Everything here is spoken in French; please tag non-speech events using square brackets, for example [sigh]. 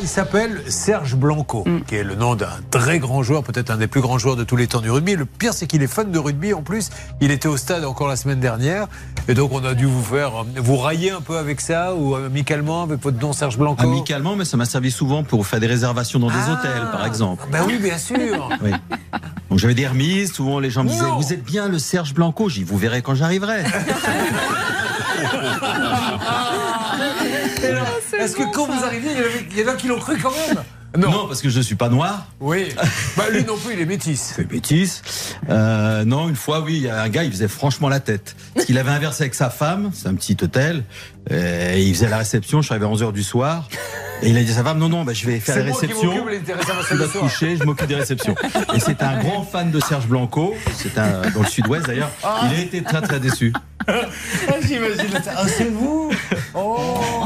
il s'appelle Serge Blanco, qui est le nom d'un très grand joueur, peut-être un des plus grands joueurs de tous les temps du rugby. Et le pire, c'est qu'il est fan de rugby. En plus, il était au stade encore la semaine dernière. Et donc, on a dû vous faire, euh, vous railler un peu avec ça, ou euh, amicalement, avec votre nom Serge Blanco. Amicalement, mais ça m'a servi souvent pour faire des réservations dans des Ah. hôtels, par exemple. Ben oui, bien [laughs] sûr. Oui. Donc j'avais des remises, souvent les gens me disaient Non. Vous êtes bien le Serge Blanco J'y vous verrez [laughs] quand j'arriverai. Et alors, Est-ce que quand vous arrivez, il y en avait- il y en a qui l'ont cru quand même Non. parce que je ne suis pas noir. Oui. Bah, lui non plus, il est métisse. C'est bêtise. Euh, non, une fois, oui, il y a un gars, il faisait franchement la tête. Parce qu'il avait inversé avec sa femme, c'est un petit hôtel, et il faisait la réception, je suis arrivé à 11h du soir, et il a dit à sa femme, non, non, bah, je vais faire C'est les moi qui réceptions. m'occupe les réservations Tu le vas te soir. coucher, je m'occupe des réceptions. Et c'est un grand fan de Serge Blanco, c'est un dans le sud-ouest d'ailleurs. Il a été très très déçu. Ah, J'imagine. Ah, c'est vous Oh [laughs]